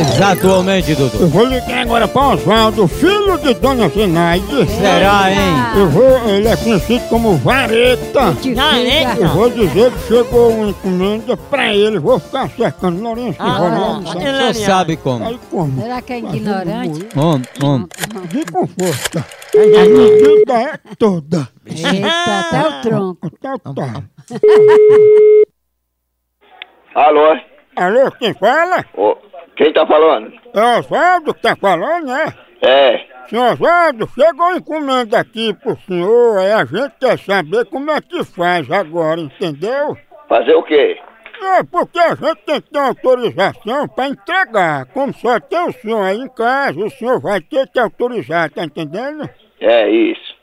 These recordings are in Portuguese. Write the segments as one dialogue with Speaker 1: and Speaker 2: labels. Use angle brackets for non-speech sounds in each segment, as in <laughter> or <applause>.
Speaker 1: Exatamente,
Speaker 2: Eu
Speaker 1: Dudu.
Speaker 2: vou ligar agora para Oswaldo, filho de Dona Zinaide.
Speaker 3: Ah,
Speaker 1: Será, hein?
Speaker 2: Eu vou, ele é conhecido como Vareta. Eu vou dizer que chegou uma encomenda pra ele, vou ficar cercando Lourenço.
Speaker 3: Ah,
Speaker 2: Ronaldo, sabe?
Speaker 1: Só sabe como. Hum,
Speaker 2: Aí como?
Speaker 3: Será que é ignorante?
Speaker 1: Homem, homem.
Speaker 2: De conforto. A medida é toda.
Speaker 3: Eita, até o tronco.
Speaker 2: Tá, tá.
Speaker 4: Alô?
Speaker 2: Alô, quem fala?
Speaker 4: Ô, quem tá falando?
Speaker 2: É Oswaldo que tá falando, né?
Speaker 4: É,
Speaker 2: Senhor Oswaldo, chegou uma encomenda aqui pro senhor, aí a gente quer saber como é que faz agora, entendeu?
Speaker 4: fazer o quê?
Speaker 2: É, porque a gente tem que ter autorização para entregar. Como só tem o senhor aí em casa, o senhor vai ter que autorizar, tá entendendo?
Speaker 4: É isso.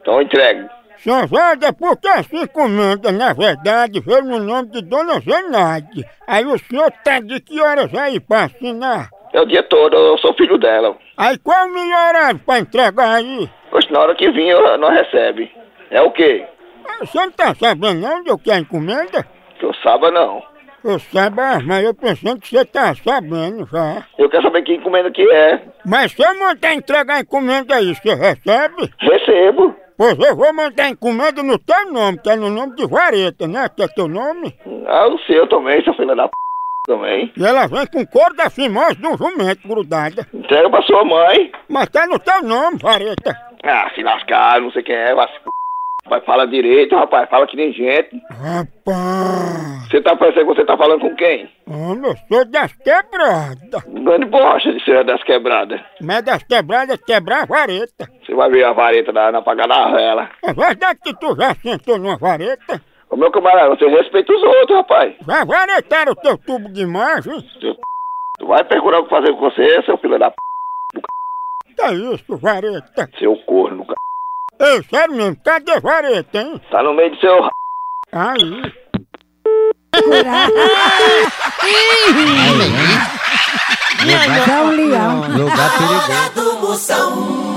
Speaker 4: Então entregue.
Speaker 2: Senhor Oswaldo, é porque essa encomenda, na verdade, veio no nome de Dona Zenaide. Aí o senhor tá de que horas aí pra assinar?
Speaker 4: É o dia todo, eu sou filho dela.
Speaker 2: Aí qual é o melhor horário pra entregar aí?
Speaker 4: Pois na hora que vir, eu- nós recebe. É o quê?
Speaker 2: Ah, Você não tá sabendo não de o que é a encomenda?
Speaker 4: Que eu saiba, não.
Speaker 2: Eu saiba, mas eu pensando que você tá sabendo já.
Speaker 4: Eu quero saber que encomenda que é.
Speaker 2: Mas se eu mandar entregar a encomenda aí, você recebe?
Speaker 4: Recebo.
Speaker 2: Pois eu vou mandar a encomenda no teu nome, que é no nome de Vareta, né? Que é teu nome.
Speaker 4: Ah, eu sei, eu também, sou filha da p... também.
Speaker 2: E ela vem com couro da fimose de um jumento grudada.
Speaker 4: Entrega pra sua mãe.
Speaker 2: Mas tá no teu nome, Vareta.
Speaker 4: Ah, se lascar, não sei quem é, vai se p... Rapaz, fala direito, rapaz, fala que nem gente.
Speaker 2: Rapaz,
Speaker 4: Você tá parecendo que você tá falando com quem?
Speaker 2: homem, eu sou das quebradas.
Speaker 4: Grande borracha de ser das quebradas.
Speaker 2: Mas das quebradas quebrar a vareta.
Speaker 4: Você vai ver a vareta na, na pagada da vela.
Speaker 2: É verdade que tu já sentou numa vareta?
Speaker 4: Ô meu camarada, você respeita os outros, rapaz.
Speaker 2: Já varetaram o teu tubo de imagem?
Speaker 4: <laughs> Tu vai procurar o que fazer com você, seu filho da p,
Speaker 2: Tá isso, vareta.
Speaker 4: seu corno, c...
Speaker 2: Ei, sério mesmo, cadê vareta, hein?
Speaker 4: Tá no meio do seu r...
Speaker 2: Aí.
Speaker 3: Dá um leão.
Speaker 1: Lugar perigoso.
Speaker 5: do Moção.